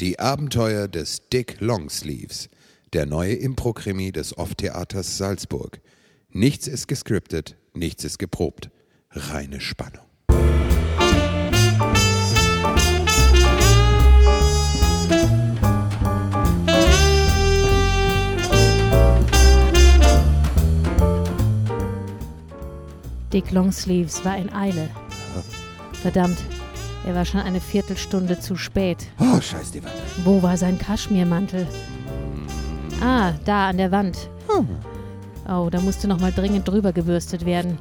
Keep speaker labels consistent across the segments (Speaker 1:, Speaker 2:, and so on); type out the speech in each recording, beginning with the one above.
Speaker 1: Die Abenteuer des Dick Longsleeves, der neue Impro-Krimi des Off-Theaters Salzburg. Nichts ist gescriptet, nichts ist geprobt. Reine Spannung.
Speaker 2: Dick Longsleeves war in Eile. Verdammt, er war schon eine Viertelstunde zu spät.
Speaker 1: Oh, scheiß die Wand.
Speaker 2: Wo war sein Kaschmirmantel? Ah, da an der Wand. Oh, da musste nochmal dringend drüber gebürstet werden.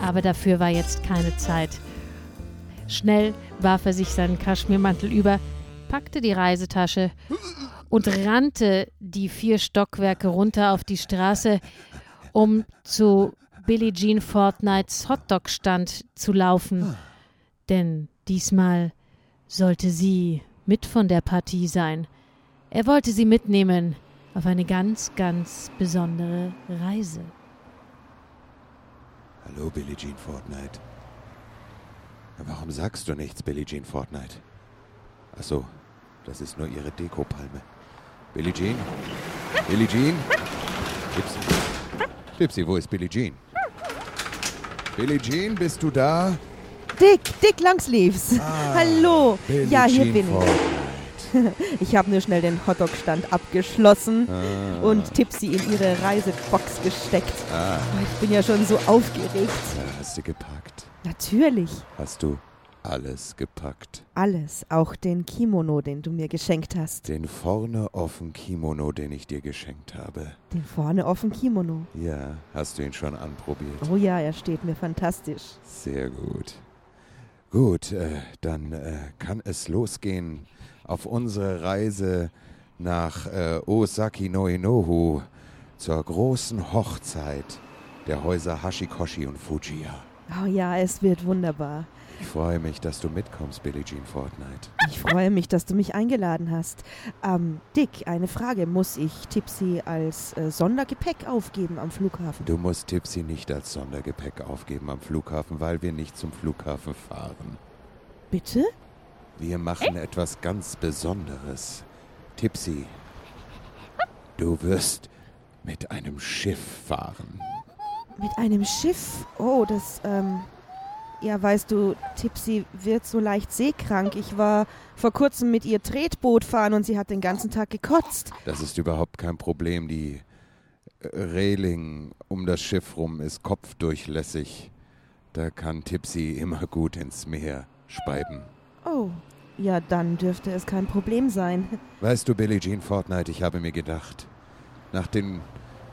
Speaker 2: Aber dafür war jetzt keine Zeit. Schnell warf er sich seinen Kaschmirmantel über, packte die Reisetasche und rannte die vier Stockwerke runter auf die Straße, um zu Billie Jean Fortnights Hotdog-Stand zu laufen. Denn diesmal sollte sie mit von der Partie sein. Er wollte sie mitnehmen auf eine ganz, ganz besondere Reise.
Speaker 1: Hallo, Billie Jean Fortnite. Warum sagst du nichts, Billie Jean Fortnite? Ach so, das ist nur ihre Dekopalme. Billie Jean? Billie Jean? Dipsy. Dipsy, wo ist Billie Jean? Billie Jean, bist du da?
Speaker 3: Dick, Dick Longsleeves.
Speaker 1: Ah,
Speaker 3: Hallo.
Speaker 1: Billie
Speaker 3: ja, hier
Speaker 1: Jean
Speaker 3: bin
Speaker 1: Fortnite.
Speaker 3: ich. Ich habe nur schnell den Hotdog-Stand abgeschlossen und Tipsy in ihre Reisebox gesteckt. Oh,
Speaker 1: Ah,
Speaker 3: Ich bin ja schon so aufgeregt.
Speaker 1: da hast du gepackt.
Speaker 3: Natürlich.
Speaker 1: Hast du alles gepackt?
Speaker 3: Alles, auch den Kimono, den du mir geschenkt hast.
Speaker 1: Den vorne offen Kimono, den ich dir geschenkt habe.
Speaker 3: Den vorne offen Kimono.
Speaker 1: Ja, hast du ihn schon anprobiert?
Speaker 3: Oh ja, er steht mir fantastisch.
Speaker 1: Sehr gut. Gut, äh, dann äh, kann es losgehen auf unsere Reise nach äh, Osaki no Inohu zur großen Hochzeit der Häuser Hashikoshi und Fujiya.
Speaker 3: Oh ja, es wird wunderbar.
Speaker 1: Ich freue mich, dass du mitkommst, Billie Jean Fortnite.
Speaker 3: Ich freue mich, dass du mich eingeladen hast. Ähm, Dick, eine Frage. Muss ich Tipsy als äh, Sondergepäck aufgeben am Flughafen?
Speaker 1: Du musst Tipsy nicht als Sondergepäck aufgeben am Flughafen, weil wir nicht zum Flughafen fahren.
Speaker 3: Bitte?
Speaker 1: Wir machen etwas ganz Besonderes. Tipsy, du wirst mit einem Schiff fahren.
Speaker 3: Mit einem Schiff? Oh, das, ähm. Ja, weißt du, Tipsy wird so leicht seekrank. Ich war vor kurzem mit ihr Tretboot fahren und sie hat den ganzen Tag gekotzt.
Speaker 1: Das ist überhaupt kein Problem. Die äh, Reling um das Schiff rum ist kopfdurchlässig. Da kann Tipsy immer gut ins Meer speiben.
Speaker 3: Oh, ja, dann dürfte es kein Problem sein.
Speaker 1: Weißt du, Billie Jean Fortnite, ich habe mir gedacht, nach den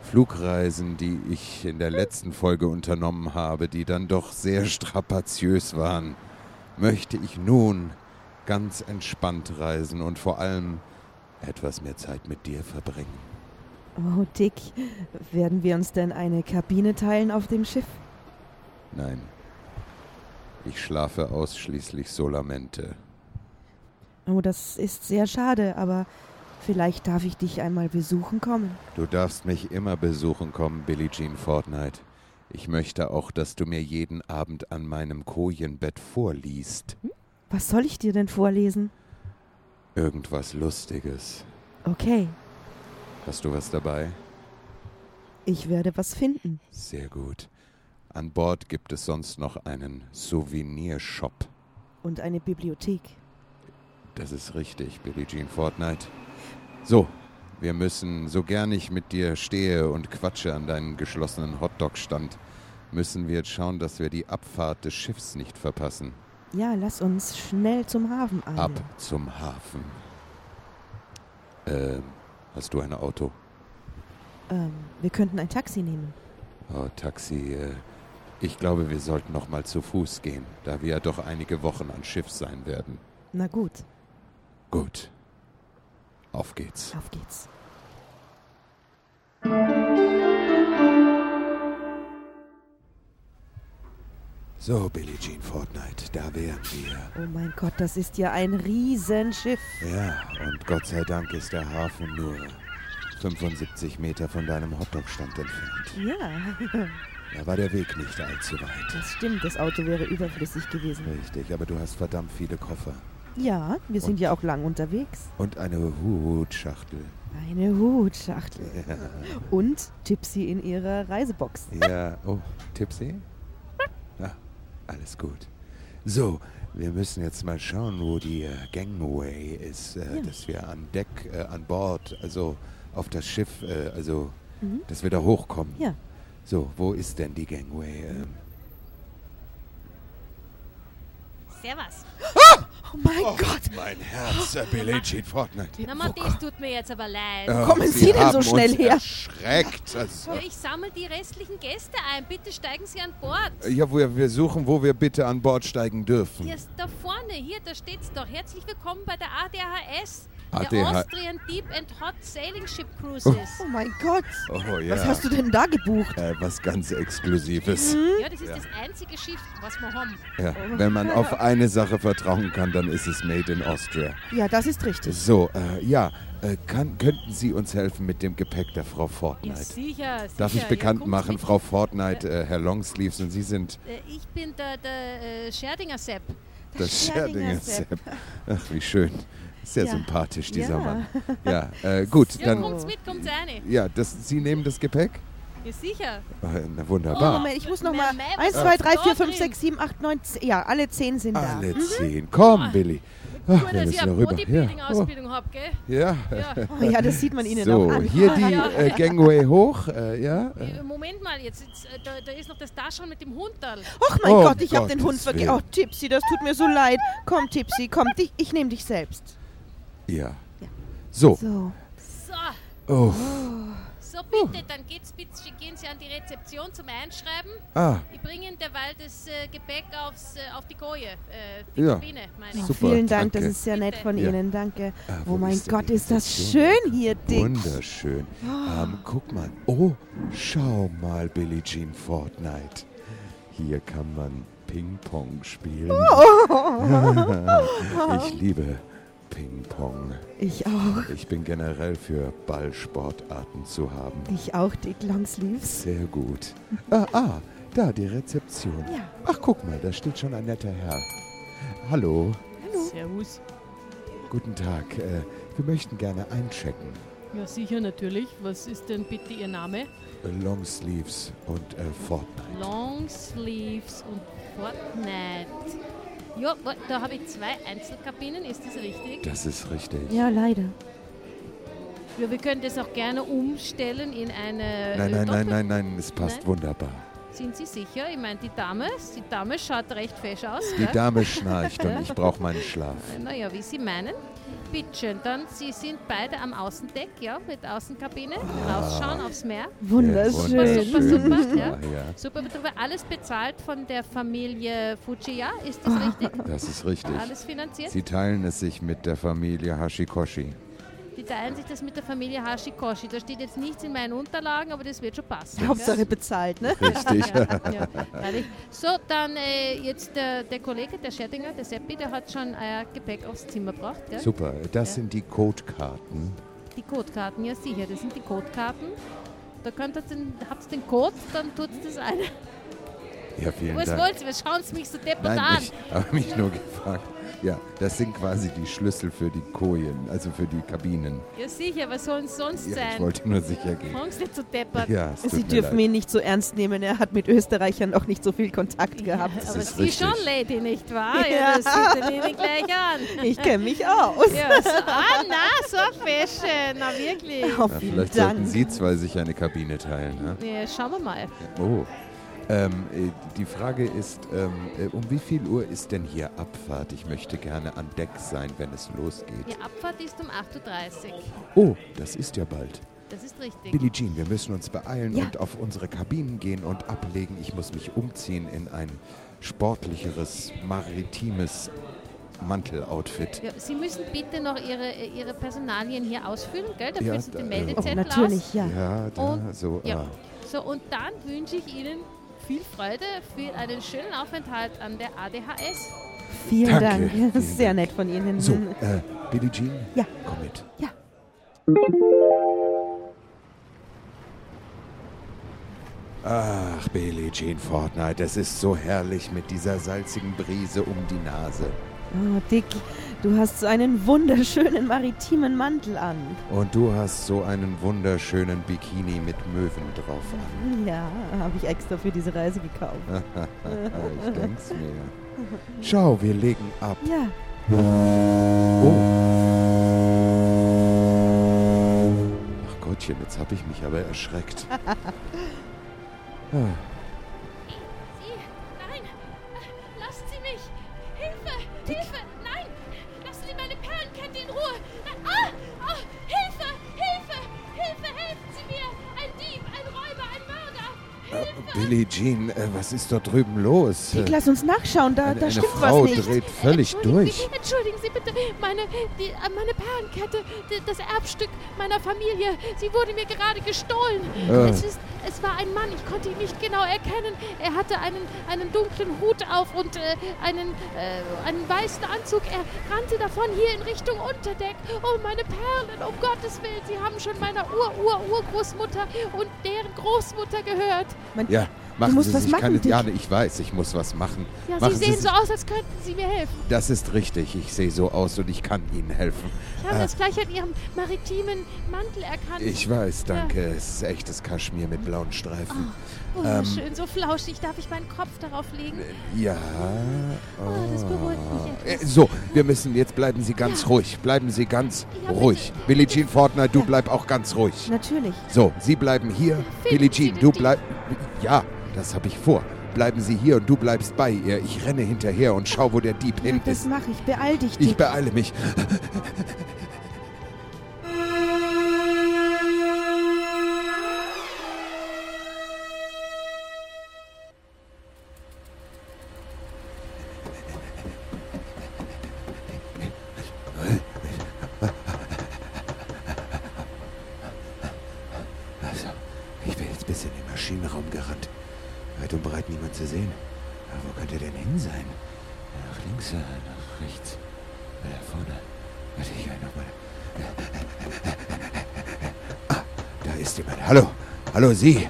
Speaker 1: Flugreisen, die ich in der letzten Folge unternommen habe, die dann doch sehr strapaziös waren, möchte ich nun ganz entspannt reisen und vor allem etwas mehr Zeit mit dir verbringen.
Speaker 3: Oh, Dick, werden wir uns denn eine Kabine teilen auf dem Schiff?
Speaker 1: Nein, ich schlafe ausschließlich Solamente.
Speaker 3: Oh, das ist sehr schade, aber vielleicht darf ich dich einmal besuchen kommen.
Speaker 1: Du darfst mich immer besuchen kommen, Billie Jean Fortnite. Ich möchte auch, dass du mir jeden Abend an meinem Kojenbett vorliest.
Speaker 3: Was soll ich dir denn vorlesen?
Speaker 1: Irgendwas Lustiges.
Speaker 3: Okay,
Speaker 1: Hast du was dabei?
Speaker 3: ich werde was finden.
Speaker 1: Sehr gut. An Bord gibt es sonst noch einen Souvenirshop.
Speaker 3: Und eine Bibliothek.
Speaker 1: Das ist richtig, Billie Jean Fortnite. So, wir müssen, so gern ich mit dir stehe und quatsche an deinem geschlossenen Hotdog-Stand, müssen wir jetzt schauen, dass wir die Abfahrt des Schiffs nicht verpassen.
Speaker 3: Ja, lass uns schnell zum Hafen an.
Speaker 1: Ab zum Hafen. Ähm, hast du ein Auto?
Speaker 3: Ähm, wir könnten ein Taxi nehmen.
Speaker 1: Oh, Taxi, äh, ich glaube, wir sollten noch mal zu Fuß gehen, da wir ja doch einige Wochen an Schiff sein werden.
Speaker 3: Na gut,
Speaker 1: Gut. Auf geht's.
Speaker 3: auf geht's.
Speaker 1: So, Billie Jean Fortnite, da wären wir.
Speaker 3: Oh mein Gott, das ist ja ein Riesenschiff.
Speaker 1: Ja, und Gott sei Dank ist der Hafen nur 75 Meter von deinem Hotdogstand entfernt.
Speaker 3: Ja,
Speaker 1: Da war der Weg nicht allzu weit.
Speaker 3: das stimmt. Das Auto wäre überflüssig gewesen.
Speaker 1: Richtig, aber du hast verdammt viele Koffer.
Speaker 3: Ja, wir sind
Speaker 1: Und-
Speaker 3: ja auch lang unterwegs.
Speaker 1: Und eine Hutschachtel.
Speaker 3: Eine Hutschachtel.
Speaker 1: Ja.
Speaker 3: Und Tipsy in ihrer Reisebox.
Speaker 1: Ja, oh, Tipsy? Ah, alles gut. So, wir müssen jetzt mal schauen, wo die äh, Gangway ist, äh,
Speaker 3: Ja.
Speaker 1: dass wir an Deck, äh, an Bord, also auf das Schiff, äh, also,
Speaker 3: Mhm.
Speaker 1: dass wir da hochkommen.
Speaker 3: Ja.
Speaker 1: So, wo ist denn die Gangway? Ähm,
Speaker 2: Servus.
Speaker 3: Oh mein
Speaker 1: oh
Speaker 3: Gott!
Speaker 1: mein Herz, äh, Billie Jean Fortnite.
Speaker 2: Na, Matthias, tut mir jetzt aber leid.
Speaker 1: Oh,
Speaker 3: kommen Sie denn so
Speaker 1: haben
Speaker 3: schnell
Speaker 1: uns
Speaker 3: her?
Speaker 1: Erschreckt. also. Das,
Speaker 2: Ich sammle die restlichen Gäste ein. Bitte steigen Sie an Bord.
Speaker 1: ja, wir, wir suchen, wo wir bitte an Bord steigen dürfen.
Speaker 2: Hier ist da vorne, hier, da steht's doch. Herzlich willkommen bei der ADHS, der
Speaker 1: ADH.
Speaker 2: Austrian Deep and Hot Sailing Ship Cruises.
Speaker 3: Oh mein Gott!
Speaker 1: Oh, ja.
Speaker 3: Was hast du denn da gebucht?
Speaker 1: äh, was ganz Exklusives.
Speaker 2: Ja, das ist das einzige Schiff, was wir haben.
Speaker 1: Ja, wenn man auf eine Sache vertrauen kann, dann ist es Made in Austria.
Speaker 3: Ja, das ist richtig.
Speaker 1: So, äh, ja, äh, kann, könnten Sie uns helfen mit dem Gepäck der Frau
Speaker 2: Ja,
Speaker 1: Fortnite?
Speaker 2: sicher, sicher.
Speaker 1: Darf ich
Speaker 2: Ja,
Speaker 1: bekannt
Speaker 2: kommt
Speaker 1: machen,
Speaker 2: mit.
Speaker 1: Frau Fortnite, äh, Herr Longsleeves und Sie sind
Speaker 2: Äh, Ich bin der, der äh, Scherdinger Sepp.
Speaker 1: das
Speaker 3: Scherdinger
Speaker 1: Scherdinger Sepp. Ach, wie schön. Sehr
Speaker 3: Ja.
Speaker 1: sympathisch, dieser
Speaker 3: Ja.
Speaker 1: Mann. Ja, äh, gut,
Speaker 2: Ja,
Speaker 1: dann.
Speaker 2: kommt's mit, kommt's rein.
Speaker 1: Ja, das, Sie nehmen das Gepäck?
Speaker 2: Ja, sicher.
Speaker 1: Äh, na,
Speaker 3: Oh,
Speaker 1: wunderbar.
Speaker 3: Moment, ich muss noch mal.
Speaker 2: Mehr, mehr,
Speaker 3: 1,
Speaker 2: was
Speaker 3: 2,
Speaker 2: ist
Speaker 3: 3,
Speaker 2: da
Speaker 3: 4, 5,
Speaker 2: drin?
Speaker 3: 6, 7, 8, 9, 10. Ja, alle 10 sind da.
Speaker 1: Alle zehn. Komm,
Speaker 2: Boah.
Speaker 1: Billy. Ach,
Speaker 2: Gut,
Speaker 1: wir
Speaker 2: dass ich
Speaker 1: müssen
Speaker 2: eine
Speaker 1: rüber. Ja.
Speaker 2: Bodybuilding-Ausbildung hab, gell?
Speaker 1: Oh, ja.
Speaker 2: Ja.
Speaker 3: Oh, ja, das sieht man ihnen
Speaker 1: So,
Speaker 3: auch an. Oh,
Speaker 1: hier die äh, Gangway hoch, äh, ja. Äh,
Speaker 2: Äh, Moment mal, jetzt, jetzt äh, da, da ist noch das Taschel mit dem Hunderl.
Speaker 3: Och mein
Speaker 1: Oh,
Speaker 3: Gott, ich habe den Hund
Speaker 1: Gottes
Speaker 3: vergessen. Oh,
Speaker 1: Willen.
Speaker 3: Tipsy, das tut mir so leid. Komm, Tipsy, komm, dich, ich nehme dich selbst.
Speaker 1: Ja.
Speaker 3: Ja.
Speaker 1: So.
Speaker 3: So.
Speaker 2: So,
Speaker 1: Oh.
Speaker 2: so bitte, dann geht's bitte, gehen Sie an die Rezeption zum Einschreiben.
Speaker 1: Ah,
Speaker 2: Ich bringe Ihnen derweil das äh, Gepäck aufs, äh, auf die Koje, äh, die
Speaker 1: Ja.
Speaker 2: Kabine, meine ich.
Speaker 1: Super,
Speaker 3: Vielen Dank,
Speaker 1: danke.
Speaker 3: das ist sehr nett von
Speaker 1: Ja.
Speaker 3: Ihnen, danke.
Speaker 1: Ah, wo
Speaker 3: oh mein
Speaker 1: ist denn
Speaker 3: Gott,
Speaker 1: die
Speaker 3: ist das
Speaker 1: Rezeption?
Speaker 3: schön hier, Dick.
Speaker 1: wunderschön. Ähm, guck mal. Oh, schau mal, Billie Jean Fortnite. Hier kann man Ping-Pong spielen.
Speaker 3: Oh.
Speaker 1: ich liebe Ping-Pong.
Speaker 3: Ich auch,
Speaker 1: Ich bin generell für Ballsportarten zu haben.
Speaker 3: ich auch, Dick Longsleeves.
Speaker 1: Sehr gut. Ah, ah da die Rezeption.
Speaker 3: Ja.
Speaker 1: Ach, guck mal, da steht schon ein netter Herr. Hallo.
Speaker 2: Servus.
Speaker 1: Guten Tag. Äh, wir möchten gerne einchecken.
Speaker 2: Ja, sicher, natürlich. Was ist denn bitte Ihr Name?
Speaker 1: Äh, Longsleeves und äh, Fortnite.
Speaker 2: Long Sleeves und Fortnite. Ja, wa- da habe ich zwei Einzelkabinen, ist das richtig?
Speaker 1: Das ist richtig.
Speaker 3: Ja, leider.
Speaker 2: Ja, wir können das auch gerne umstellen in eine.
Speaker 1: Nein,
Speaker 2: äh,
Speaker 1: nein, nein,
Speaker 2: Doppel-
Speaker 1: nein, nein, es passt
Speaker 2: Nein?
Speaker 1: wunderbar.
Speaker 2: Sind Sie sicher? Ich meine, die Dame, die Dame schaut recht fesch aus.
Speaker 1: Die
Speaker 2: gell?
Speaker 1: Dame schnarcht und ich brauche meinen Schlaf.
Speaker 2: Naja, wie Sie meinen. Bitte schön, dann Sie sind beide am Außendeck, ja, mit Außenkabine, rausschauen aufs Meer.
Speaker 1: Ja,
Speaker 3: Wunderschön.
Speaker 2: Super, super, super, ja.
Speaker 1: ja.
Speaker 2: Super, darüber alles bezahlt von der Familie Fujiya, ist das richtig?
Speaker 1: Das ist richtig.
Speaker 2: Alles finanziert?
Speaker 1: Sie teilen es sich mit der Familie Hashikoshi.
Speaker 2: Die teilen sich das mit der Familie Hashikoshi. Da steht jetzt nichts in meinen Unterlagen, aber das wird schon passen. gell?
Speaker 3: Hauptsache bezahlt, ne?
Speaker 1: Richtig.
Speaker 2: Ja, ja, freilich. so, dann äh, jetzt der, der Kollege, der Schettinger, der Seppi, der hat schon äh, Gepäck aufs Zimmer gebracht. Gell?
Speaker 1: Super, das
Speaker 2: Ja.
Speaker 1: sind die Codekarten.
Speaker 2: Die Codekarten, ja sicher, das sind die Codekarten. Da könnt ihr den, habt ihr den Code, dann tut das ein.
Speaker 1: Ja, vielen
Speaker 2: Was
Speaker 1: Dank.
Speaker 2: wollt ihr? Was schauen Sie mich so deppert
Speaker 1: Nein,
Speaker 2: an?
Speaker 1: ich habe mich nur gefragt. Ja, das sind quasi die Schlüssel für die Kojen, also für die Kabinen.
Speaker 2: Ja sicher, was sollen sonst
Speaker 1: Ja, ich
Speaker 2: sein?
Speaker 1: wollte nur sicher gehen.
Speaker 2: Fragen Sie nicht so deppert.
Speaker 1: Ja, es tut
Speaker 3: Sie
Speaker 1: mir
Speaker 3: dürfen
Speaker 1: leid.
Speaker 3: ihn nicht so ernst nehmen, er hat mit Österreichern noch nicht so viel Kontakt gehabt.
Speaker 2: aber
Speaker 1: ist
Speaker 2: Sie
Speaker 1: richtig.
Speaker 2: schon, Lady, nicht wahr? Ja,
Speaker 3: Ja.
Speaker 2: das sieht er nämlich gleich an.
Speaker 3: Ich kenne mich aus.
Speaker 2: Ja, so, ah, na, so fashion, na wirklich.
Speaker 3: Oh,
Speaker 1: Na,
Speaker 3: vielen
Speaker 1: vielleicht sollten
Speaker 3: Dank.
Speaker 1: Sie zwei sich eine Kabine teilen. Ne?
Speaker 2: Ja, schauen wir mal.
Speaker 1: Oh. Ähm, äh, die Frage ist, ähm, äh, um wie viel Uhr ist denn hier Abfahrt? Ich möchte gerne an Deck sein, wenn es losgeht.
Speaker 2: Die Abfahrt ist um 8.30 Uhr.
Speaker 1: Oh, das ist ja bald.
Speaker 2: Das ist richtig.
Speaker 1: Billie Jean, wir müssen uns beeilen
Speaker 3: Ja.
Speaker 1: und auf unsere Kabinen gehen und ablegen. Ich muss mich umziehen in ein sportlicheres, maritimes Manteloutfit.
Speaker 2: Ja, Sie müssen bitte noch Ihre, äh, Ihre Personalien hier ausfüllen, gell? Da
Speaker 1: Ja,
Speaker 2: füllen Sie
Speaker 1: da-
Speaker 2: den
Speaker 3: Oh,
Speaker 2: Meldezettel aus.
Speaker 3: natürlich, ja.
Speaker 1: Ja, da,
Speaker 2: Und-
Speaker 1: so.
Speaker 2: Ja.
Speaker 1: Ah.
Speaker 2: So, und dann wünsche ich Ihnen viel Freude für einen schönen Aufenthalt an der ADHS.
Speaker 3: Vielen
Speaker 1: Danke,
Speaker 3: Dank.
Speaker 1: vielen
Speaker 3: Sehr
Speaker 1: Dank.
Speaker 3: nett von Ihnen.
Speaker 1: So, äh, Billie Jean,
Speaker 3: Mhm. Ja.
Speaker 1: komm mit.
Speaker 3: Ja.
Speaker 1: Ach, Billie Jean Fortnite, es ist so herrlich mit dieser salzigen Brise um die Nase.
Speaker 3: Oh, Dick, du hast so einen wunderschönen maritimen Mantel an.
Speaker 1: Und du hast so einen wunderschönen Bikini mit Möwen drauf an.
Speaker 3: Ja, habe ich extra für diese Reise gekauft.
Speaker 1: Ah, ich denk's mir. Schau, wir legen ab.
Speaker 3: Ja,
Speaker 1: Oh. Ach Gottchen, jetzt hab ich mich aber erschreckt. Ah,
Speaker 2: Sie, nein! Äh, Lasst sie mich! Hilfe! Hilfe! Nein! Lasst sie meine Perlenkette in Ruhe! Nein! Ah! Ah! Hilfe! Hilfe! Hilfe! Helfen Sie mir! Ein Dieb! Ein Räuber! Ein Mörder!
Speaker 1: äh, Billie Jean, äh, was ist dort drüben los?
Speaker 3: Dick, lass uns nachschauen, da,
Speaker 1: eine
Speaker 3: da
Speaker 1: eine
Speaker 3: stimmt
Speaker 1: Frau
Speaker 3: was nicht.
Speaker 1: dreht völlig
Speaker 2: Entschuldigen
Speaker 1: durch.
Speaker 2: Sie, entschuldigen Sie bitte, meine, die, äh, meine Perlenkette, die, das Erbstück meiner Familie, sie wurde mir gerade gestohlen.
Speaker 1: Äh.
Speaker 2: Es, ist, es war ein Mann, ich konnte ihn nicht genau erkennen. Er hatte einen, einen dunklen Hut auf und äh, einen, äh, einen weißen Anzug. Er rannte davon hier in Richtung Unterdeck. Oh, meine Perlen, um Gottes Willen, Sie haben schon meiner Ur-Ur-Urgroßmutter und deren Großmutter gehört.
Speaker 3: Man,
Speaker 1: Ja, machen
Speaker 3: musst
Speaker 1: Sie
Speaker 3: was
Speaker 1: sich
Speaker 3: machen,
Speaker 1: keine...
Speaker 3: Dick.
Speaker 1: Ja, ich weiß, ich muss was machen.
Speaker 2: Ja,
Speaker 1: machen
Speaker 2: Sie sehen
Speaker 1: sich-
Speaker 2: so aus, als könnten Sie mir helfen.
Speaker 1: Das ist richtig, ich sehe so aus und ich kann Ihnen helfen.
Speaker 2: Ich habe
Speaker 1: Äh,
Speaker 2: das gleich an Ihrem maritimen Mantel erkannt.
Speaker 1: Ich weiß, danke. Es ist echtes Kaschmir mit blauen Streifen. Ähm,
Speaker 2: Wunderschön, Oh, so flauschig. Darf ich meinen Kopf darauf legen?
Speaker 3: Ah.
Speaker 1: Ja.
Speaker 2: Oh, das beruhigt mich
Speaker 1: Äh,
Speaker 2: etwas.
Speaker 1: So, wir müssen, jetzt bleiben Sie ganz ruhig. Bleiben Sie ganz
Speaker 2: Ja, bitte.
Speaker 1: ruhig. Billie Jean Fortner, du bleib auch ganz ruhig.
Speaker 3: natürlich.
Speaker 1: So, Sie bleiben hier. Billie
Speaker 2: Sie
Speaker 1: Jean,
Speaker 2: den
Speaker 1: du
Speaker 2: Dieb.
Speaker 1: bleib. Ja, das habe ich vor. Bleiben Sie hier und du bleibst bei ihr. Ich renne hinterher und schau, wo der Dieb
Speaker 3: Ja,
Speaker 1: hin
Speaker 3: das
Speaker 1: ist.
Speaker 3: mache ich. Beeil dich,
Speaker 1: Ich
Speaker 3: Dick.
Speaker 1: beeile mich. Also, ich bin jetzt bis in den Maschinenraum gerannt. Weit und breit niemand zu sehen. Aber wo könnte denn hin sein? Nach links, äh, nach rechts. Äh, Da vorne. Warte, ich gehe nochmal. Ah, da ist jemand. Hallo. Hallo, Sie.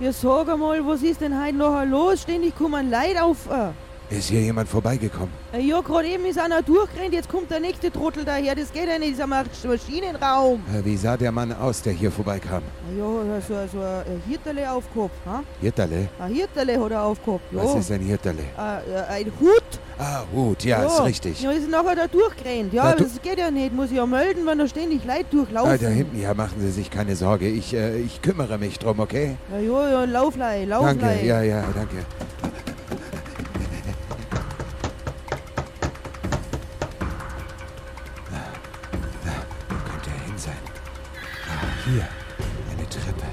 Speaker 3: Ja, sag mal, was ist denn heute noch los? Ständig kommen Leid auf. Äh.
Speaker 1: Ist hier jemand vorbeigekommen?
Speaker 3: Ja, gerade eben ist einer durchgerannt, jetzt kommt der nächste Trottel daher. Das geht ja nicht, dieser Maschinenraum.
Speaker 1: Äh, wie sah der Mann aus, der hier vorbeikam?
Speaker 3: Ja, so, so ein Hirterle aufgehabt. Ha?
Speaker 1: Hirterle?
Speaker 3: Ein Hirterle hat er aufgehabt. Ja.
Speaker 1: Was ist ein Hirterle?
Speaker 3: Äh, äh, ein Hut.
Speaker 1: Ah, Hut. Ja, ist richtig.
Speaker 3: Oh. Ja, ist nachher da durchgerannt. Ja,
Speaker 1: Na,
Speaker 3: aber
Speaker 1: du-
Speaker 3: das geht ja nicht. Muss ich ja melden, wenn da ständig Leute durchlaufen.
Speaker 1: Ah, da hinten, ja, machen Sie sich keine Sorge. Ich, äh, ich kümmere mich drum, okay?
Speaker 3: Ja, ja, ja, Lauflei, Lauflei.
Speaker 1: Danke, ja, ja, danke. Wo könnte er hin sein? Ah, Hier, eine Treppe.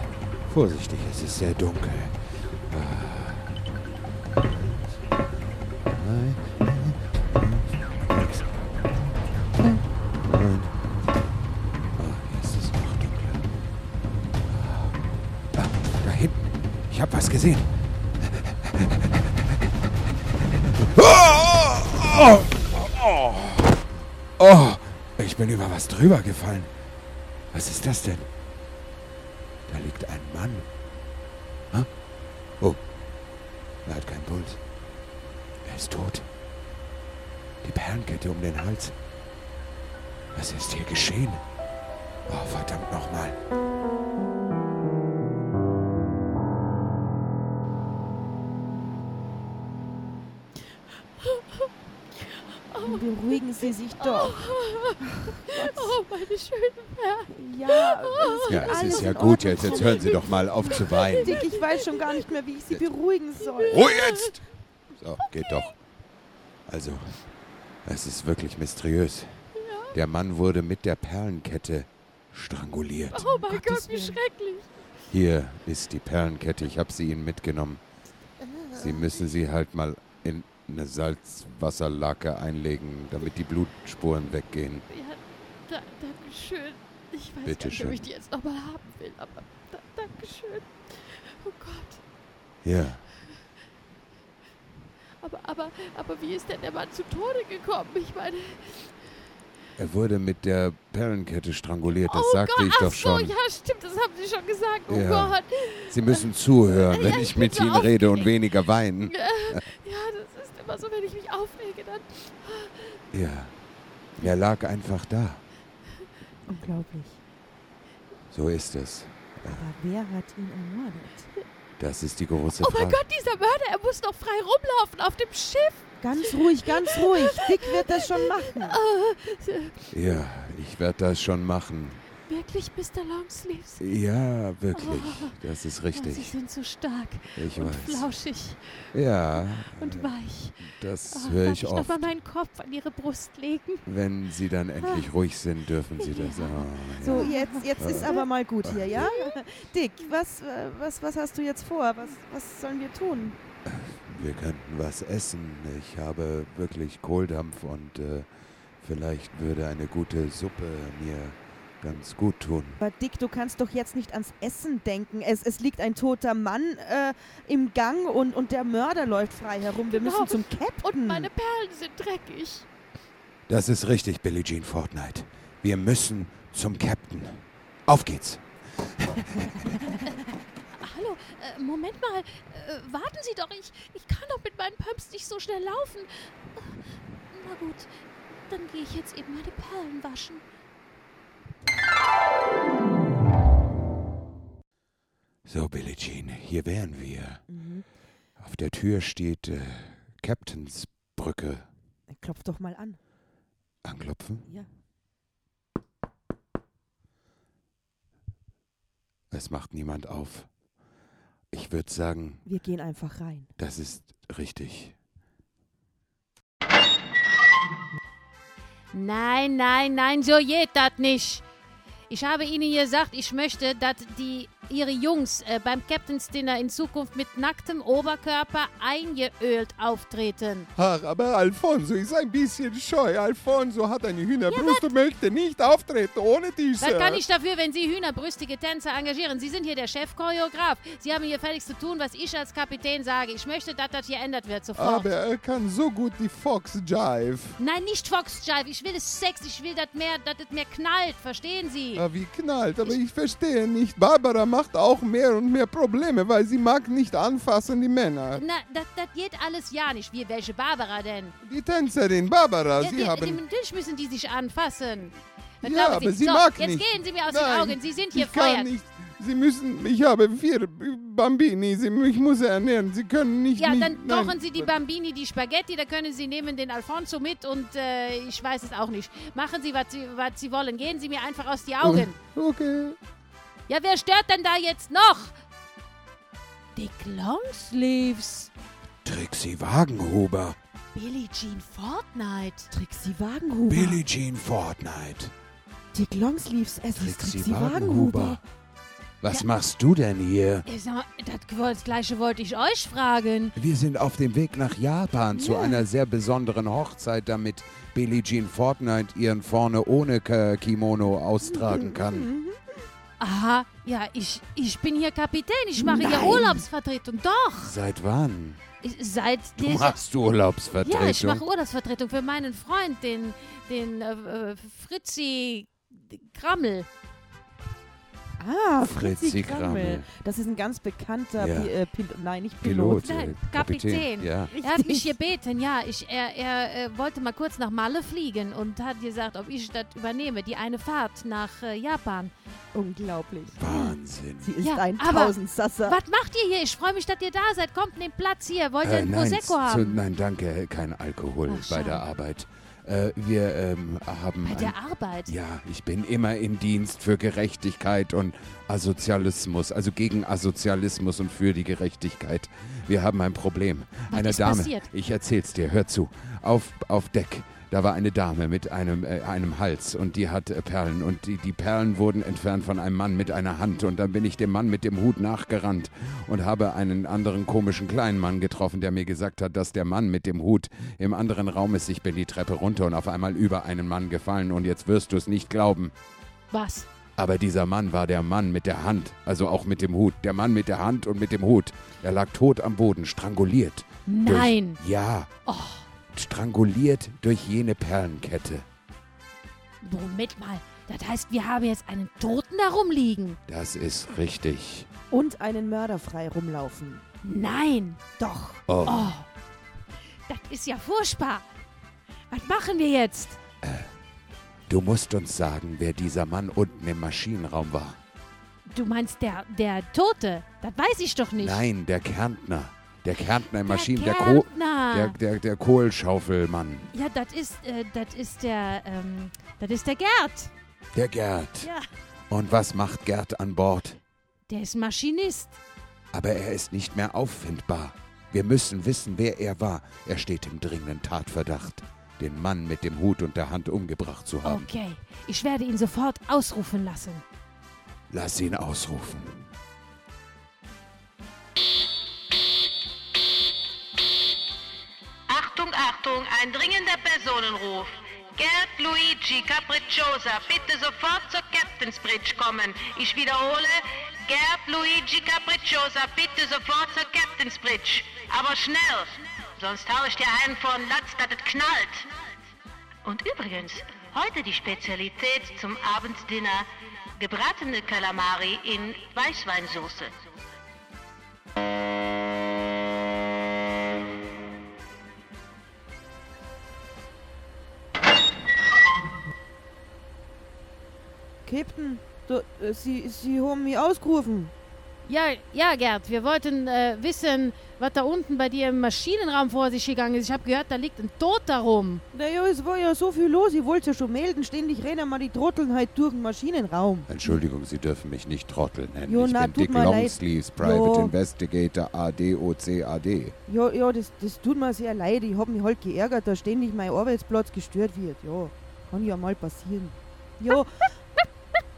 Speaker 1: Vorsichtig, es ist sehr dunkel. Ah. Nein. Nix. Nein. Ah, hier ist es noch dunkler. Da, da hinten. Ich hab was gesehen. Oh, oh, oh, oh. oh, ich bin über was drüber gefallen. Was ist das denn? Da liegt ein Mann. Hä? Oh, er hat keinen Puls. Er ist tot. Die Perlenkette um den Hals. Was ist hier geschehen? Oh, verdammt nochmal.
Speaker 3: Beruhigen Sie sich doch.
Speaker 2: Oh, meine schönen Perlen.
Speaker 3: Ja, es
Speaker 1: Ja,
Speaker 3: wird
Speaker 1: es
Speaker 3: alles
Speaker 1: ist ja
Speaker 3: in
Speaker 1: gut jetzt.
Speaker 3: Ordnung.
Speaker 1: Jetzt hören Sie doch mal auf zu weinen.
Speaker 3: Dick, ich weiß schon gar nicht mehr, wie ich Sie beruhigen soll.
Speaker 1: Ruhe jetzt! So, geht doch. Also, es ist wirklich mysteriös. Der Mann wurde mit der Perlenkette stranguliert.
Speaker 2: Oh mein
Speaker 3: Gottes
Speaker 2: Gott, wie
Speaker 3: Willen.
Speaker 2: schrecklich.
Speaker 1: Hier ist die Perlenkette. Ich habe sie Ihnen mitgenommen. Sie müssen sie halt mal in eine Salzwasserlake einlegen, damit die Blutspuren weggehen.
Speaker 2: Ja, da, Dankeschön. Ich weiß
Speaker 1: Bitte
Speaker 2: gar nicht,
Speaker 1: schön.
Speaker 2: ob ich die jetzt nochmal haben will, aber da, Dankeschön. Oh Gott.
Speaker 1: Ja,
Speaker 2: Aber, aber, aber wie ist denn der Mann zu Tode gekommen? Ich meine,
Speaker 1: er wurde mit der Perlenkette stranguliert. Das
Speaker 2: oh
Speaker 1: sagte
Speaker 2: Gott,
Speaker 1: ich doch
Speaker 2: ach so,
Speaker 1: schon.
Speaker 2: ja, stimmt, das haben Sie schon gesagt. Oh
Speaker 1: Ja.
Speaker 2: Gott.
Speaker 1: Sie müssen zuhören, wenn
Speaker 2: Ja,
Speaker 1: ich
Speaker 2: ich bin
Speaker 1: mit
Speaker 2: so
Speaker 1: Ihnen rede und
Speaker 2: aufgeregt.
Speaker 1: weniger weinen.
Speaker 2: Äh, Ja, das ist
Speaker 4: immer so, wenn ich mich aufrege, dann
Speaker 1: Ja. Er lag einfach da.
Speaker 3: Unglaublich.
Speaker 1: So ist es.
Speaker 3: Aber wer hat ihn ermordet?
Speaker 1: Das ist die große
Speaker 4: Oh
Speaker 1: Frage.
Speaker 4: mein Gott, dieser Mörder, er muss noch frei rumlaufen auf dem Schiff.
Speaker 3: Ganz ruhig, ganz ruhig. Dick wird das schon machen.
Speaker 2: Äh.
Speaker 1: Ja, ich werde das schon machen.
Speaker 4: Wirklich, Mr. Longsleeves?
Speaker 1: Ja, wirklich. Das ist
Speaker 4: Ja, Sie
Speaker 1: richtig.
Speaker 4: sind so stark
Speaker 1: Ich
Speaker 4: und
Speaker 1: weiß.
Speaker 4: flauschig
Speaker 1: Ja,
Speaker 4: und weich.
Speaker 1: das
Speaker 4: Ah,
Speaker 1: höre
Speaker 4: darf
Speaker 1: ich
Speaker 4: ich
Speaker 1: oft.
Speaker 4: nochmal meinen Kopf an Ihre Brust legen?
Speaker 1: Wenn Sie dann
Speaker 4: Ah.
Speaker 1: endlich ruhig sind, dürfen Sie das. Oh,
Speaker 3: So, jetzt, jetzt ist aber mal gut hier, ja? Dick, was, äh, was, was hast du jetzt vor? Was, was sollen wir tun?
Speaker 1: Wir könnten was essen. Ich habe wirklich Kohldampf und äh, vielleicht würde eine gute Suppe mir ganz gut tun.
Speaker 3: Aber Dick, du kannst doch jetzt nicht ans Essen denken. Es, es liegt ein toter Mann äh, im Gang und, und der Mörder läuft frei herum. Wir
Speaker 4: Genau.
Speaker 3: müssen zum Captain.
Speaker 1: Hm.
Speaker 4: Und meine Perlen sind dreckig.
Speaker 1: Das ist richtig, Billie Jean Fortnite. Wir müssen zum Captain. Auf geht's.
Speaker 4: Hallo, äh, Moment mal. Äh, warten Sie doch, ich, ich kann doch mit meinen Pumps nicht so schnell laufen. Äh, Na gut, dann gehe ich jetzt eben meine Perlen waschen.
Speaker 1: So, Billie Jean, hier wären wir.
Speaker 3: Mhm.
Speaker 1: Auf der Tür steht äh, Captains Brücke.
Speaker 3: Klopf doch mal an.
Speaker 1: Anklopfen?
Speaker 3: Ja.
Speaker 1: Es macht niemand auf. Ich würde sagen,
Speaker 3: Wir gehen einfach rein.
Speaker 1: das ist richtig.
Speaker 2: Nein, nein, nein, so geht das nicht. Ich habe Ihnen gesagt, ich möchte, dass die, Ihre Jungs äh, beim Captain's Dinner in Zukunft mit nacktem Oberkörper eingeölt auftreten.
Speaker 5: Ach, aber Alfonso ist ein bisschen scheu. Alfonso hat eine Hühnerbrust und möchte nicht auftreten ohne diese.
Speaker 2: Was kann ich dafür, wenn Sie hühnerbrüstige Tänzer engagieren? Sie sind hier der Chefchoreograf. Sie haben hier fertig zu tun, was ich als Kapitän sage. Ich möchte, dass das hier ändert wird sofort.
Speaker 5: Aber er kann so gut die Fox Jive.
Speaker 2: Nein, nicht Fox Jive. Ich will es Sex. Ich will, dass mehr, dass es mehr knallt. Verstehen Sie?
Speaker 5: Ah, wie knallt, aber ich verstehe nicht. Barbara macht auch mehr und mehr Probleme, weil sie mag nicht anfassen die Männer.
Speaker 2: Na, das, das geht alles ja nicht. Wie, welche Barbara denn?
Speaker 5: Die Tänzerin Barbara,
Speaker 2: Ja,
Speaker 5: sie
Speaker 2: die, die,
Speaker 5: haben...
Speaker 2: natürlich müssen die sich anfassen. Was
Speaker 5: Ja,
Speaker 2: glauben
Speaker 5: aber sie
Speaker 2: so,
Speaker 5: mag
Speaker 2: jetzt
Speaker 5: nicht.
Speaker 2: gehen Sie mir aus
Speaker 5: Nein,
Speaker 2: den Augen. Sie sind hier
Speaker 5: ich kann
Speaker 2: feuert.
Speaker 5: nicht. Sie müssen, ich habe vier Bambini, sie, ich muss sie ernähren, sie können nicht...
Speaker 2: Ja,
Speaker 5: mich-
Speaker 2: dann
Speaker 5: nein.
Speaker 2: kochen Sie die Bambini, die Spaghetti, da können Sie nehmen den Alfonso mit und äh, ich weiß es auch nicht. Machen Sie, was Sie, was Sie wollen. Gehen Sie mir einfach aus die Augen.
Speaker 5: Okay.
Speaker 2: Ja, wer stört denn da jetzt noch? Dick Longsleeves,
Speaker 1: Trixie Wagenhuber.
Speaker 2: Billie Jean Fortnite.
Speaker 3: Trixie Wagenhuber.
Speaker 1: Billie Jean Fortnite.
Speaker 3: Dick Longsleeves, es ist
Speaker 1: Trixie,
Speaker 3: Trixie
Speaker 1: Wagenhuber.
Speaker 3: Wagenhuber.
Speaker 1: Was machst du denn hier?
Speaker 2: Äh, sag mal, Das, gewo- das gleiche wollte ich euch fragen.
Speaker 1: Wir sind auf dem Weg nach Japan zu einer sehr besonderen Hochzeit, damit Billie Jean Fortnite ihren vorne ohne K Kimono
Speaker 2: Mhm.
Speaker 1: austragen kann.
Speaker 2: Aha, ja, ich, ich bin hier Kapitän. Ich mache hier Urlaubsvertretung. Doch,
Speaker 1: Seit wann?
Speaker 2: ich- seit
Speaker 1: Du
Speaker 2: dieser-
Speaker 1: machst Urlaubsvertretung.
Speaker 2: Ja, ich mache Urlaubsvertretung für meinen Freund, den, den äh, äh, Fritzi Krammel.
Speaker 3: Ah,
Speaker 1: Fritzi
Speaker 3: Fritzi Krammel.
Speaker 1: Krammel.
Speaker 3: Das ist ein ganz bekannter
Speaker 1: Ja.
Speaker 3: Pi äh, Pilot. Nein, nicht Pilot.
Speaker 1: Pilot,
Speaker 2: Nein,
Speaker 1: äh, Kapitän.
Speaker 2: Kapitän.
Speaker 1: Ja.
Speaker 2: Er hat mich gebeten, ja, ich, er, er äh, wollte mal kurz nach Malle fliegen und hat gesagt, ob ich das übernehme, die eine Fahrt nach äh, Japan.
Speaker 3: Unglaublich.
Speaker 2: Mhm.
Speaker 1: Wahnsinn.
Speaker 3: Sie ist
Speaker 2: Ja,
Speaker 3: ein
Speaker 2: aber-
Speaker 3: Tausendsasser.
Speaker 2: Was macht ihr hier? Ich freue mich, dass ihr da seid. Kommt, nehmt Platz hier. Wollt ihr
Speaker 1: Äh,
Speaker 2: einen
Speaker 1: nein,
Speaker 2: Prosecco
Speaker 1: zu,
Speaker 2: haben?
Speaker 1: nein, danke, kein Alkohol
Speaker 2: Ach,
Speaker 1: bei der
Speaker 2: schade.
Speaker 1: Arbeit. Äh, wir ähm, haben.
Speaker 2: Bei
Speaker 1: ein-
Speaker 2: der Arbeit.
Speaker 1: ja, ich bin immer im Dienst für Gerechtigkeit und Asozialismus, also gegen Asozialismus und für die Gerechtigkeit. Wir haben ein Problem.
Speaker 2: Was
Speaker 1: eine
Speaker 2: ist
Speaker 1: Dame,
Speaker 2: passiert?
Speaker 1: ich erzähl's dir, hör zu. Auf, auf Deck, da war eine Dame mit einem, äh, einem Hals und die hat äh, Perlen und die, die Perlen wurden entfernt von einem Mann mit einer Hand und dann bin ich dem Mann mit dem Hut nachgerannt und habe einen anderen komischen kleinen Mann getroffen, der mir gesagt hat, dass der Mann mit dem Hut im anderen Raum ist. Ich bin die Treppe runter und auf einmal über einen Mann gefallen und jetzt wirst du es nicht glauben.
Speaker 2: Was?
Speaker 1: Aber dieser Mann war der Mann mit der Hand, also auch mit dem Hut. Der Mann mit der Hand und mit dem Hut. Er lag tot am Boden, stranguliert. durch-
Speaker 2: Nein.
Speaker 1: Ja.
Speaker 2: Oh.
Speaker 1: Stranguliert durch jene Perlenkette.
Speaker 2: Moment mal. Das heißt, wir haben jetzt einen Toten da rumliegen.
Speaker 1: Das ist richtig.
Speaker 3: Und einen Mörder frei rumlaufen.
Speaker 2: Nein.
Speaker 3: Doch.
Speaker 1: Oh.
Speaker 2: Das ist ja furchtbar. Was machen wir jetzt?
Speaker 1: Du musst uns sagen, wer dieser Mann unten im Maschinenraum war.
Speaker 2: Du meinst der, der Tote? Das weiß ich doch nicht.
Speaker 1: Nein, der Kärntner. Der Kärntner im
Speaker 2: Der
Speaker 1: Maschinen... Ko
Speaker 2: Kärntner.
Speaker 1: der, der, der Kohlschaufelmann.
Speaker 2: ja, das ist, äh, das ist der, ähm, das ist der Gerd.
Speaker 1: Der Gerd.
Speaker 2: Ja.
Speaker 1: Und was macht Gerd an Bord?
Speaker 2: Der ist Maschinist.
Speaker 1: Aber er ist nicht mehr auffindbar. Wir müssen wissen, wer er war. Er steht im dringenden Tatverdacht, den Mann mit dem Hut und der Hand umgebracht zu haben.
Speaker 2: Okay, ich werde ihn sofort ausrufen lassen.
Speaker 1: Lass ihn ausrufen.
Speaker 6: Achtung, Achtung, ein dringender Personenruf. Gerd Luigi Capricciosa, bitte sofort zur Captain's Bridge kommen. Ich wiederhole, Gerd Luigi Capricciosa, bitte sofort zur Captain's Bridge. Aber schnell, sonst hau ich dir einen von Latz, dass es knallt. Und übrigens, heute die Spezialität zum Abenddinner, gebratene Kalamari in Weißweinsauce.
Speaker 3: Captain, du, äh, sie, sie haben mich ausgerufen.
Speaker 2: Ja, ja, Gerd, wir wollten äh, wissen, was da unten bei dir im Maschinenraum vor sich gegangen ist. Ich habe gehört, da liegt ein Toter rum.
Speaker 3: Naja, es war ja so viel los, ich wollte ja schon melden. Ständig rennen mal die Trotteln halt durch den Maschinenraum.
Speaker 1: Entschuldigung, Sie dürfen mich nicht Trottel nennen.
Speaker 3: Jo,
Speaker 1: ich
Speaker 3: na,
Speaker 1: bin
Speaker 3: tut
Speaker 1: Dick
Speaker 3: mir leid.
Speaker 1: Longsleeves, Private
Speaker 3: Jo.
Speaker 1: Investigator, ADOCAD.
Speaker 3: Ja, ja, das, das tut mir sehr leid. Ich hab mich halt geärgert, dass ständig mein Arbeitsplatz gestört wird. Ja, kann ja mal passieren. Ja,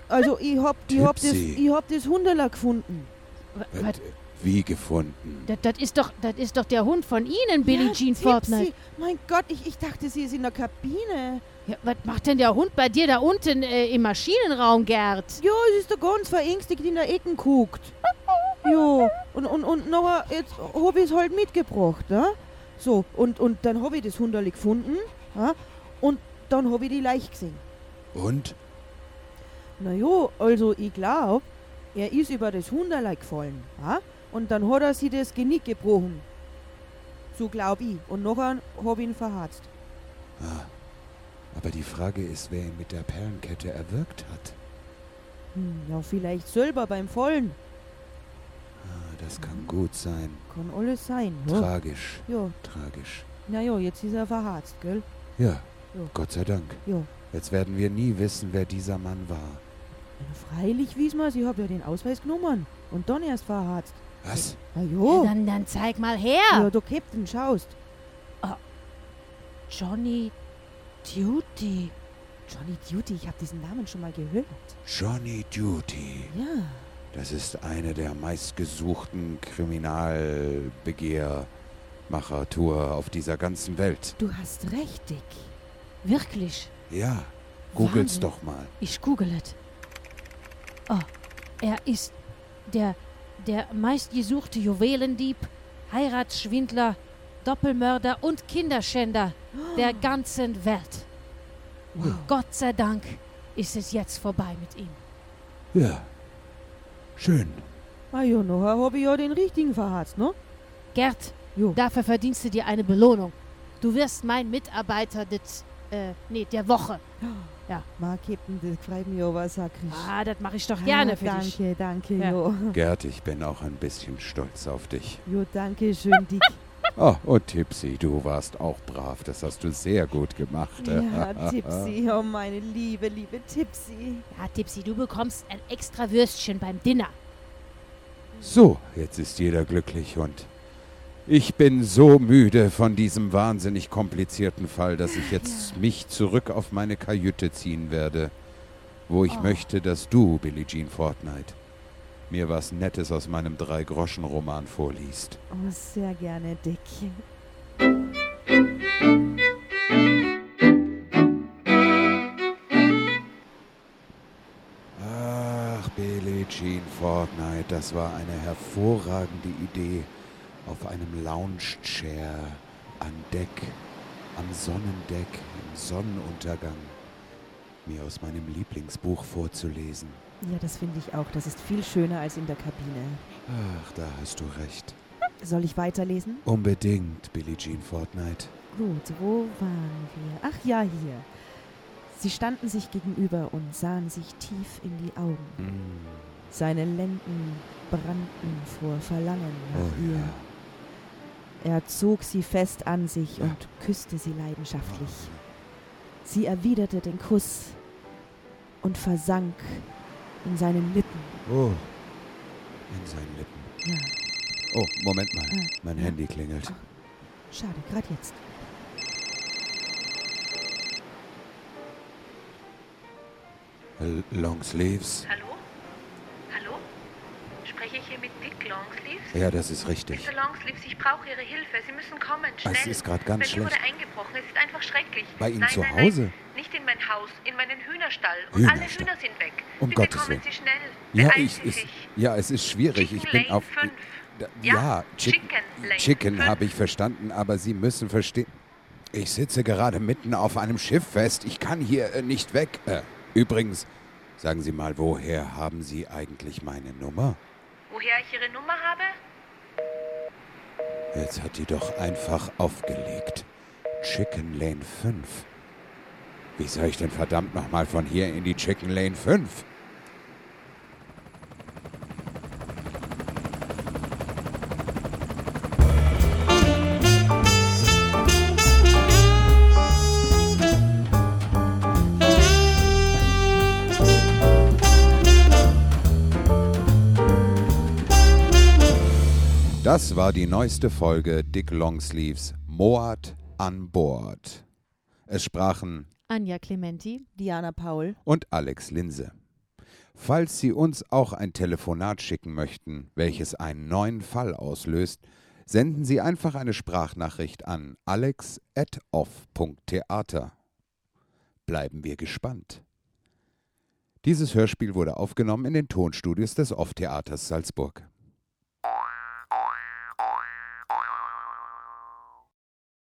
Speaker 3: also ich hab, ich hab, das,
Speaker 1: Tipsy.
Speaker 3: ich hab das Hunderler gefunden.
Speaker 2: W-
Speaker 1: Äh,
Speaker 2: was-
Speaker 1: Wie gefunden?
Speaker 2: Das das ist doch, das ist doch der Hund von Ihnen, Billie
Speaker 3: Ja,
Speaker 2: Jean
Speaker 3: Tipsy.
Speaker 2: Fortnite.
Speaker 3: Mein Gott, ich, ich dachte, sie ist in der Kabine.
Speaker 2: Ja, was macht denn der Hund bei dir da unten äh, im Maschinenraum, Gerd?
Speaker 3: Ja, sie ist da ganz verängstigt in der Ecke guckt. Ja, und, und, und nachher, jetzt hab ich's halt mitgebracht. Ne? So, und, und dann hab ich das Hunderli gefunden. Ne? Und dann hab ich die Leiche gesehen.
Speaker 1: Und?
Speaker 3: Naja, also ich glaub, er ist über das Hunderlei gefallen. Ja? Und dann hat er sich das Genick gebrochen. So glaub ich. Und nachher hab ich ihn verharzt.
Speaker 1: Ah, Aber die Frage ist, wer ihn mit der Perlenkette erwürgt hat.
Speaker 3: Hm, ja, vielleicht selber beim Fallen.
Speaker 1: Ah, das kann gut sein.
Speaker 3: Kann alles sein. Ja,
Speaker 1: Tragisch,
Speaker 3: ja
Speaker 1: tragisch.
Speaker 3: naja, jetzt ist er verharzt, gell?
Speaker 1: Ja,
Speaker 3: Jo.
Speaker 1: Gott sei Dank.
Speaker 3: Ja.
Speaker 1: Jetzt werden wir nie wissen, wer dieser Mann war.
Speaker 3: Na, freilich, Wiesma, sie hab ja den Ausweis genommen. Und dann erst verharzt.
Speaker 1: Was?
Speaker 3: Na
Speaker 2: Ja,
Speaker 3: jo.
Speaker 2: Dann, dann zeig mal
Speaker 3: Ja, Ah,
Speaker 2: her.
Speaker 3: du Captain schaust.
Speaker 2: Johnny Duty.
Speaker 3: Johnny Duty, ich hab diesen Namen schon mal gehört.
Speaker 1: Johnny Duty.
Speaker 3: Ja.
Speaker 1: Das ist eine der meistgesuchten Kriminalbegehrmacher-Tour auf dieser ganzen Welt.
Speaker 3: Du hast recht, Dick.
Speaker 2: Wirklich,
Speaker 1: Ja, googelt's
Speaker 2: Wahnsinn.
Speaker 1: doch mal.
Speaker 2: ich google es. Oh, er ist der, der meistgesuchte Juwelendieb, Heiratsschwindler, Doppelmörder und Kinderschänder der ganzen Welt. Gott sei Dank ist es jetzt vorbei mit ihm.
Speaker 1: Ja. Schön.
Speaker 3: Ah ja, nachher hab ich ja den richtigen verharzt, ne?
Speaker 2: Gerd,
Speaker 3: Jo.
Speaker 2: dafür verdienst du dir eine Belohnung. Du wirst mein Mitarbeiter des, äh, nee, der Woche.
Speaker 3: Ma, Captain, das freut mich aber sakrisch.
Speaker 2: Ah, das mache ich doch gerne für
Speaker 3: danke,
Speaker 2: dich.
Speaker 3: Danke, danke,
Speaker 2: Ja.
Speaker 3: jo.
Speaker 1: Gerd, ich bin auch ein bisschen stolz auf dich.
Speaker 3: Jo, danke schön, Dick.
Speaker 1: Oh, und Tipsy, du warst auch brav. Das hast du sehr gut gemacht.
Speaker 3: ja, Tipsy, oh meine liebe, liebe Tipsy.
Speaker 2: Ja, Tipsy, du bekommst ein extra Würstchen beim Dinner.
Speaker 1: So, jetzt ist jeder glücklich und ich bin so müde von diesem wahnsinnig komplizierten Fall, dass ich jetzt mich zurück auf meine Kajüte ziehen werde, wo ich
Speaker 2: Oh.
Speaker 1: möchte, dass du, Billie Jean Fortnite, mir was Nettes aus meinem Drei-Groschen-Roman vorliest.
Speaker 3: Oh, sehr gerne, Dick.
Speaker 1: Ach, Billie Jean Fortnite, das war eine hervorragende Idee. Auf einem Lounge-Chair an Deck, am Sonnendeck, im Sonnenuntergang, mir aus meinem Lieblingsbuch vorzulesen.
Speaker 3: Ja, das finde ich auch. Das ist viel schöner als in der Kabine.
Speaker 1: Ach, da hast du recht.
Speaker 3: Soll ich weiterlesen?
Speaker 1: Unbedingt, Billie Jean Fortnite.
Speaker 3: Gut, wo waren wir? Ach ja, hier. Sie standen sich gegenüber und sahen sich tief in die Augen.
Speaker 1: Mm.
Speaker 3: Seine Lenden brannten vor Verlangen nach
Speaker 1: Oh
Speaker 3: ihr.
Speaker 1: ja.
Speaker 3: Er zog sie fest an sich
Speaker 1: Ja.
Speaker 3: und küsste sie leidenschaftlich. Sie erwiderte den Kuss und versank in seinen Lippen.
Speaker 1: Oh. In seinen Lippen.
Speaker 3: Ja,
Speaker 1: Oh, Moment mal.
Speaker 3: Ah.
Speaker 1: Mein Handy klingelt.
Speaker 3: schade, gerade jetzt.
Speaker 1: L- Long Sleeves.
Speaker 6: Hallo? Hallo? Spreche ich hier mit Dick Longsleeves?
Speaker 1: Ja, das ist richtig.
Speaker 6: Mr. Longsleeves, ich brauche Ihre Hilfe. Sie müssen kommen,
Speaker 1: Ah,
Speaker 6: schnell.
Speaker 1: Es ist gerade ganz
Speaker 6: Bei mir wurde
Speaker 1: schlecht.
Speaker 6: eingebrochen. Es ist einfach schrecklich.
Speaker 1: Bei Ihnen
Speaker 6: nein,
Speaker 1: zu
Speaker 6: nein,
Speaker 1: Hause?
Speaker 6: Nein. Nicht in mein Haus, in meinen Hühnerstall. Und alle
Speaker 1: Hühnerstall.
Speaker 6: Hühner sind weg.
Speaker 1: Um
Speaker 6: Bitte
Speaker 1: Gottes
Speaker 6: kommen
Speaker 1: Willen.
Speaker 6: Sie schnell.
Speaker 1: Ja,
Speaker 6: Beeilen
Speaker 1: ich,
Speaker 6: Sie
Speaker 1: ich,
Speaker 6: sich.
Speaker 1: ja, es ist schwierig. Ich
Speaker 6: Chicken
Speaker 1: bin
Speaker 6: Lane
Speaker 1: auf.
Speaker 6: 5.
Speaker 1: Da-
Speaker 6: Ja,
Speaker 1: Ja, Chick,
Speaker 6: Chicken Lane
Speaker 1: Chicken
Speaker 6: fünf.
Speaker 1: habe ich verstanden, aber Sie müssen verstehen. Ich sitze gerade mitten auf einem Schiff fest. Ich kann hier äh, nicht weg. Äh, übrigens, sagen Sie mal, woher haben Sie eigentlich meine Nummer?
Speaker 6: Woher ich Ihre Nummer habe?
Speaker 1: Jetzt hat die doch einfach aufgelegt. Chicken Lane 5. Wie soll ich denn verdammt nochmal von hier in die Chicken Lane 5? Das war die neueste Folge Dick Longsleeves Moat an Bord. Es sprachen
Speaker 2: Anja Clementi.
Speaker 3: Diana Paul.
Speaker 1: und Alex Linse. Falls Sie uns auch ein Telefonat schicken möchten, welches einen neuen Fall auslöst, senden Sie einfach eine Sprachnachricht an alex.off.theater. Bleiben wir gespannt. Dieses Hörspiel wurde aufgenommen in den Tonstudios des Off-Theaters Salzburg.